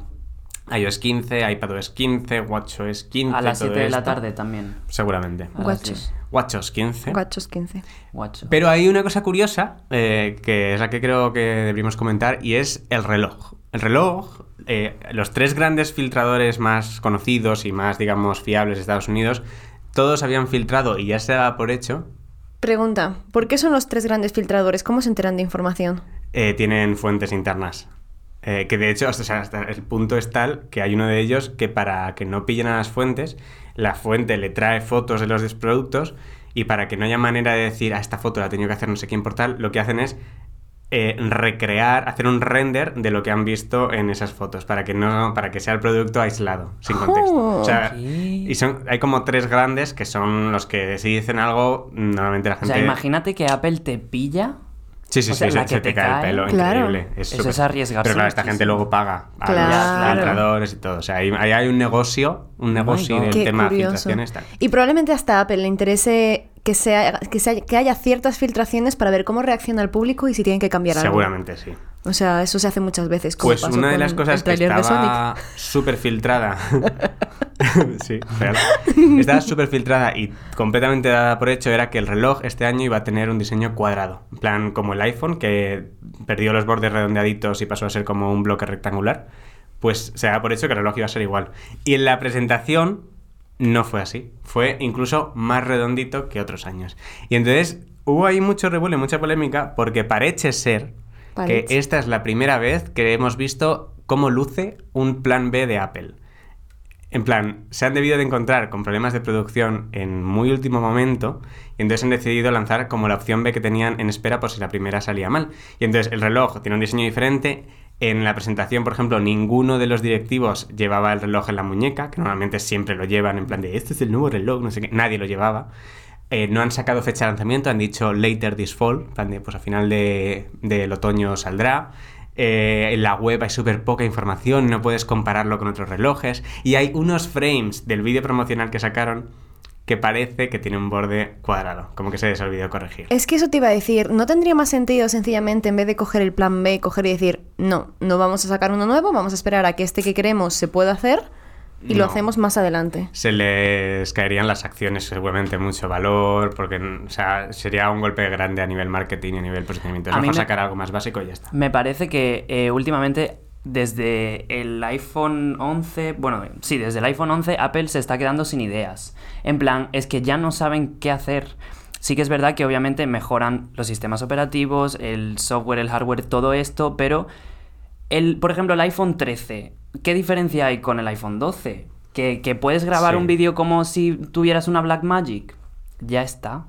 Speaker 1: iOS 15, iPadOS 15, WatchOS 15.
Speaker 2: A las
Speaker 1: todo
Speaker 2: 7 de la
Speaker 1: esto.
Speaker 2: tarde también.
Speaker 1: Seguramente.
Speaker 2: A las
Speaker 3: Guachos.
Speaker 2: 10.
Speaker 1: WatchOS 15.
Speaker 3: Guachos 15.
Speaker 2: Guacho.
Speaker 1: Pero hay una cosa curiosa eh, que es la que creo que deberíamos comentar y es el reloj. El reloj, eh, los tres grandes filtradores más conocidos y más, digamos, fiables de Estados Unidos, todos habían filtrado y ya se daba por hecho.
Speaker 3: Pregunta, ¿por qué son los tres grandes filtradores? ¿Cómo se enteran de información?
Speaker 1: eh, tienen fuentes internas. Eh, que de hecho, o sea, hasta el punto es tal que hay uno de ellos que para que no pillen a las fuentes, la fuente le trae fotos de los des- productos y para que no haya manera de decir, a esta foto la ha tenido que hacer no sé quién por tal, lo que hacen es eh, recrear, hacer un render de lo que han visto en esas fotos para que no para que sea el producto aislado, sin contexto.
Speaker 3: Oh.
Speaker 1: O sea,
Speaker 2: Ok.
Speaker 1: y son, hay como tres grandes que son los que si dicen algo, normalmente la
Speaker 2: O
Speaker 1: gente...
Speaker 2: sea, imagínate que Apple te pilla.
Speaker 1: Sí, sí,
Speaker 2: O sea,
Speaker 1: sí, se,
Speaker 2: la que
Speaker 1: se te
Speaker 2: te
Speaker 1: cae el
Speaker 2: cae.
Speaker 1: pelo,
Speaker 3: Claro.
Speaker 1: increíble. Es
Speaker 2: Eso
Speaker 1: súper-
Speaker 2: es arriesgarse
Speaker 1: Pero claro, esta
Speaker 2: muchísimo.
Speaker 1: gente luego paga a
Speaker 3: Claro.
Speaker 1: los filtradores y todo. O sea, ahí, ahí hay un negocio, un negocio
Speaker 2: Oh God.
Speaker 1: del
Speaker 3: Qué
Speaker 1: tema
Speaker 3: curioso.
Speaker 1: de filtraciones. Tal.
Speaker 3: Y probablemente hasta a Apple le interese que, sea, que, sea- que haya ciertas filtraciones para ver cómo reacciona el público y si tienen que cambiar algo.
Speaker 1: Seguramente sí.
Speaker 3: O sea, eso se hace muchas veces. como
Speaker 1: Pues
Speaker 3: pasó
Speaker 1: una de
Speaker 3: con
Speaker 1: las
Speaker 3: el
Speaker 1: cosas que
Speaker 3: tráiler de
Speaker 1: estaba
Speaker 3: Sonic.
Speaker 1: súper filtrada. sí, real. Estaba súper filtrada y completamente dada por hecho era que el reloj este año iba a tener un diseño cuadrado. En plan, como el iPhone, que perdió los bordes redondeaditos y pasó a ser como un bloque rectangular. Pues se daba por hecho que el reloj iba a ser igual. Y en la presentación no fue así. Fue incluso más redondito que otros años. Y entonces hubo ahí mucho revuelo y mucha polémica porque parece ser
Speaker 3: Parece.
Speaker 1: que esta es la primera vez que hemos visto cómo luce un plan B de Apple. En plan, se han debido de encontrar con problemas de producción en muy último momento y entonces han decidido lanzar como la opción B que tenían en espera por si la primera salía mal. Y entonces el reloj tiene un diseño diferente. En la presentación, por ejemplo, ninguno de los directivos llevaba el reloj en la muñeca, que normalmente siempre lo llevan en plan de este es el nuevo reloj, no sé qué. Nadie lo llevaba. Eh, no han sacado fecha de lanzamiento, han dicho later this fall, en plan de, pues a final de- del otoño saldrá. eh, en la web hay súper poca información, no puedes compararlo con otros relojes. Y hay unos frames del vídeo promocional que sacaron que parece que tiene un borde cuadrado, como que se les olvidó corregir.
Speaker 3: Es que eso te iba a decir, ¿no tendría más sentido sencillamente en vez de coger el plan B, coger y decir, no, no vamos a sacar uno nuevo, vamos a esperar a que este que queremos se pueda hacer y lo
Speaker 1: No.
Speaker 3: hacemos más adelante?
Speaker 1: Se les caerían las acciones seguramente mucho valor, porque o sea, sería un golpe grande a nivel marketing y a nivel procedimiento. Es
Speaker 2: A mí
Speaker 1: mejor
Speaker 2: me-
Speaker 1: sacar algo más básico y ya está.
Speaker 2: Me parece que eh, últimamente desde el iPhone 11, bueno, sí, desde el iPhone 11 Apple se está quedando sin ideas. En plan, es que ya no saben qué hacer. Sí que es verdad que obviamente mejoran los sistemas operativos, el software, el hardware, todo esto, pero el, por ejemplo, el iPhone 13, ¿qué diferencia hay con el iPhone 12? Que, que puedes grabar
Speaker 1: Sí.
Speaker 2: un vídeo como si tuvieras una Blackmagic. Ya está.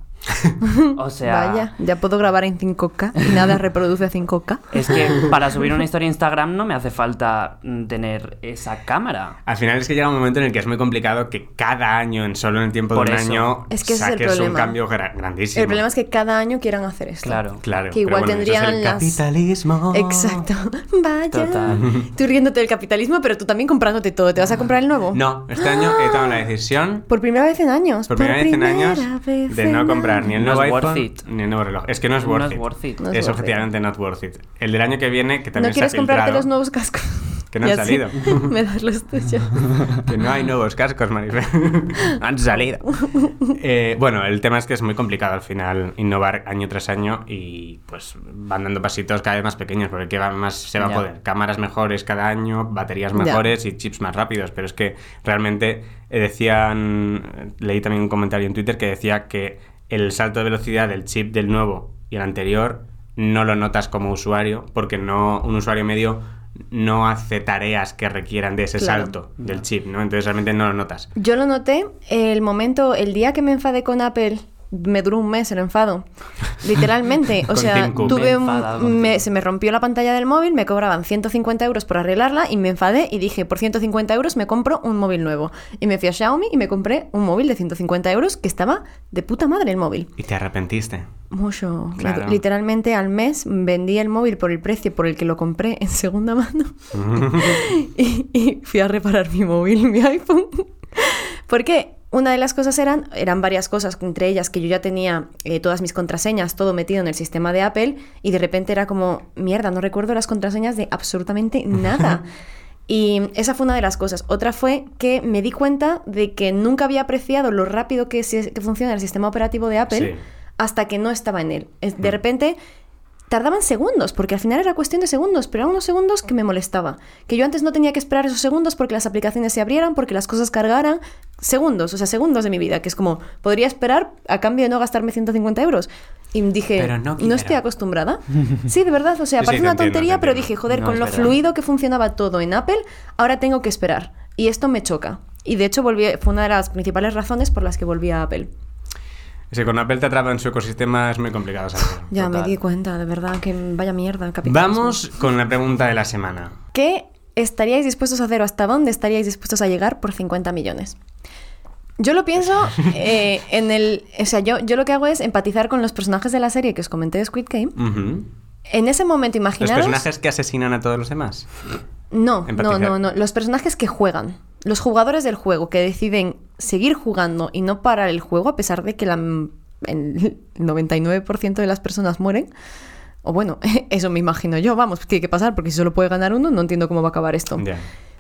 Speaker 2: O sea,
Speaker 3: Vaya, ya puedo grabar en 5K y nada reproduce a 5K.
Speaker 2: es que para subir una historia a Instagram no me hace falta mm, tener esa cámara.
Speaker 1: Al final es que llega un momento en el que es muy complicado que cada año, en solo en el tiempo
Speaker 2: Por
Speaker 1: de un
Speaker 2: eso.
Speaker 1: año,
Speaker 3: Es que ese es el
Speaker 1: saques un
Speaker 3: problema.
Speaker 1: cambio gra- grandísimo.
Speaker 3: el problema es que cada año quieran hacer esto.
Speaker 2: Claro.
Speaker 1: Claro,
Speaker 3: que
Speaker 1: pero
Speaker 3: igual
Speaker 1: bueno, eso es el
Speaker 3: tendrían las-
Speaker 1: capitalismo.
Speaker 3: Exacto. Vaya.
Speaker 2: Total.
Speaker 3: Tú riéndote del capitalismo, pero tú también comprándote todo. ¿Te vas a comprar el nuevo?
Speaker 1: No, este año he tomado la decisión
Speaker 3: Por primera vez en años.
Speaker 1: por primera vez en años
Speaker 3: vez
Speaker 1: de no
Speaker 3: en
Speaker 1: comprar ni el
Speaker 2: No
Speaker 1: nuevo
Speaker 2: es worth
Speaker 1: iPhone
Speaker 2: it.
Speaker 1: ni el nuevo reloj. Es que no es
Speaker 2: No
Speaker 1: worth
Speaker 2: es
Speaker 1: it.
Speaker 2: worth it.
Speaker 3: No es
Speaker 1: es
Speaker 3: worth
Speaker 1: objetivamente not worth it. El del año que viene, que también
Speaker 3: No quieres
Speaker 1: se ha
Speaker 3: comprarte
Speaker 1: filtrado,
Speaker 3: los nuevos cascos.
Speaker 1: Que no han
Speaker 3: Ya sé.
Speaker 1: salido.
Speaker 3: Me das los tuyos.
Speaker 1: Que no hay nuevos cascos, Maribel. Han salido. Eh, bueno, el tema es que es muy complicado al final innovar año tras año y pues van dando pasitos cada vez más pequeños porque ¿qué va- más se va
Speaker 2: Ya.
Speaker 1: a poder. Cámaras mejores cada año, baterías
Speaker 3: Ya.
Speaker 1: mejores y chips más rápidos. Pero es que realmente eh, decían, leí también un comentario en Twitter que decía que el salto de velocidad del chip del nuevo y el anterior no lo notas como usuario porque no un usuario medio no hace tareas que requieran de ese
Speaker 3: Claro.
Speaker 1: salto del chip, ¿no? Entonces realmente no lo notas.
Speaker 3: Yo lo noté el momento, el día que me enfadé con Apple, me duró un mes el enfado. Literalmente, o
Speaker 1: Con
Speaker 3: sea,
Speaker 1: Tim Cook.
Speaker 3: tuve
Speaker 2: Me
Speaker 3: un-
Speaker 2: enfadaba con
Speaker 3: me-
Speaker 2: Tim.
Speaker 3: se me rompió la pantalla del móvil, me cobraban 150 euros por arreglarla y me enfadé y dije, por 150 euros me compro un móvil nuevo. Y me fui a Xiaomi y me compré un móvil de 150 euros que estaba de puta madre el móvil.
Speaker 1: Y te arrepentiste.
Speaker 3: Mucho. Me-
Speaker 1: Claro.
Speaker 3: Literalmente al mes vendí el móvil por el precio por el que lo compré en segunda mano y, y fui a reparar mi móvil, mi iPhone. Porque una de las cosas eran, eran varias cosas, entre ellas que yo ya tenía eh, todas mis contraseñas, todo metido en el sistema de Apple y de repente era como, mierda, no recuerdo las contraseñas de absolutamente nada. Y esa fue una de las cosas. Otra fue que me di cuenta de que nunca había apreciado lo rápido que, se- que funciona el sistema operativo de Apple
Speaker 1: Sí.
Speaker 3: hasta que no estaba en él. Es- De repente tardaban segundos, porque al final era cuestión de segundos, pero eran unos segundos que me molestaba. Que yo antes no tenía que esperar esos segundos porque las aplicaciones se abrieran, porque las cosas cargaran. Segundos, o sea, segundos de mi vida, que es como, podría esperar a cambio de no gastarme 150 euros. Y dije,
Speaker 1: Pero no
Speaker 3: no,
Speaker 1: quiero".
Speaker 3: estoy acostumbrada. Sí, de verdad, o sea,
Speaker 1: Sí, sí, te
Speaker 3: parece una
Speaker 1: entiendo, te
Speaker 3: tontería, pero
Speaker 1: entiendo.
Speaker 3: dije, joder,
Speaker 2: No,
Speaker 3: con
Speaker 2: es
Speaker 3: lo
Speaker 2: verdad.
Speaker 3: fluido que funcionaba todo en Apple, ahora tengo que esperar. Y esto me choca. Y de hecho volví, fue una de las principales razones por las que volví a Apple.
Speaker 1: Si con Apple te atrapa en su ecosistema es muy complicado saberlo.
Speaker 3: Ya me
Speaker 2: Total.
Speaker 3: di cuenta, de verdad, que vaya mierda. capitalismo.
Speaker 1: Vamos con la pregunta de la semana.
Speaker 3: ¿Qué estaríais dispuestos a hacer o hasta dónde estaríais dispuestos a llegar por 50 millones? Yo lo pienso eh, en el... O sea, yo, yo lo que hago es empatizar con los personajes de la serie que os comenté de Squid Game.
Speaker 1: Ujú.
Speaker 3: En ese momento,
Speaker 1: Los
Speaker 3: imaginaros...
Speaker 1: personajes que asesinan a todos los demás.
Speaker 3: No, no,
Speaker 1: Empatizar.
Speaker 3: no, no. Los personajes que juegan. Los jugadores del juego que deciden seguir jugando y no parar el juego a pesar de que la, el 99% de las personas mueren. O bueno, eso me imagino yo. Vamos, tiene que pasar porque si solo puede ganar uno, no entiendo cómo va a acabar esto.
Speaker 1: Ya.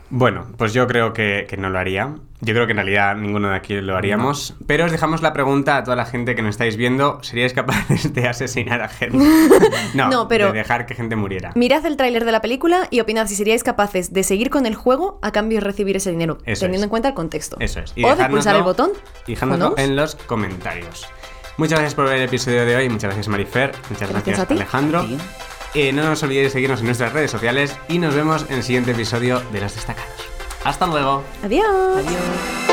Speaker 1: Bueno, pues yo creo que, que no lo haría. Yo creo que en realidad ninguno de aquí lo haríamos. Pero os dejamos la pregunta a toda la gente que nos estáis viendo. ¿Seríais capaces de asesinar a gente? no,
Speaker 3: No, pero-
Speaker 1: de dejar que gente muriera.
Speaker 3: Mirad el tráiler de la película y opinad si seríais capaces de seguir con el juego a cambio de recibir ese dinero,
Speaker 1: Eso es.
Speaker 3: teniendo en cuenta el contexto.
Speaker 1: Eso es.
Speaker 3: o de
Speaker 1: dejárnoslo-
Speaker 3: pulsar el botón.
Speaker 1: y dejárnoslo
Speaker 3: ¿O no?
Speaker 1: en los comentarios. Muchas gracias por ver el episodio de hoy. Muchas gracias, Marifer. Muchas gracias,
Speaker 3: Gracias a ti.
Speaker 1: Alejandro.
Speaker 2: Sí.
Speaker 1: Eh, no nos olvidéis de seguirnos en nuestras redes sociales y nos vemos en el siguiente episodio de Los Destacados. ¡Hasta luego!
Speaker 3: Adiós.
Speaker 2: Adiós.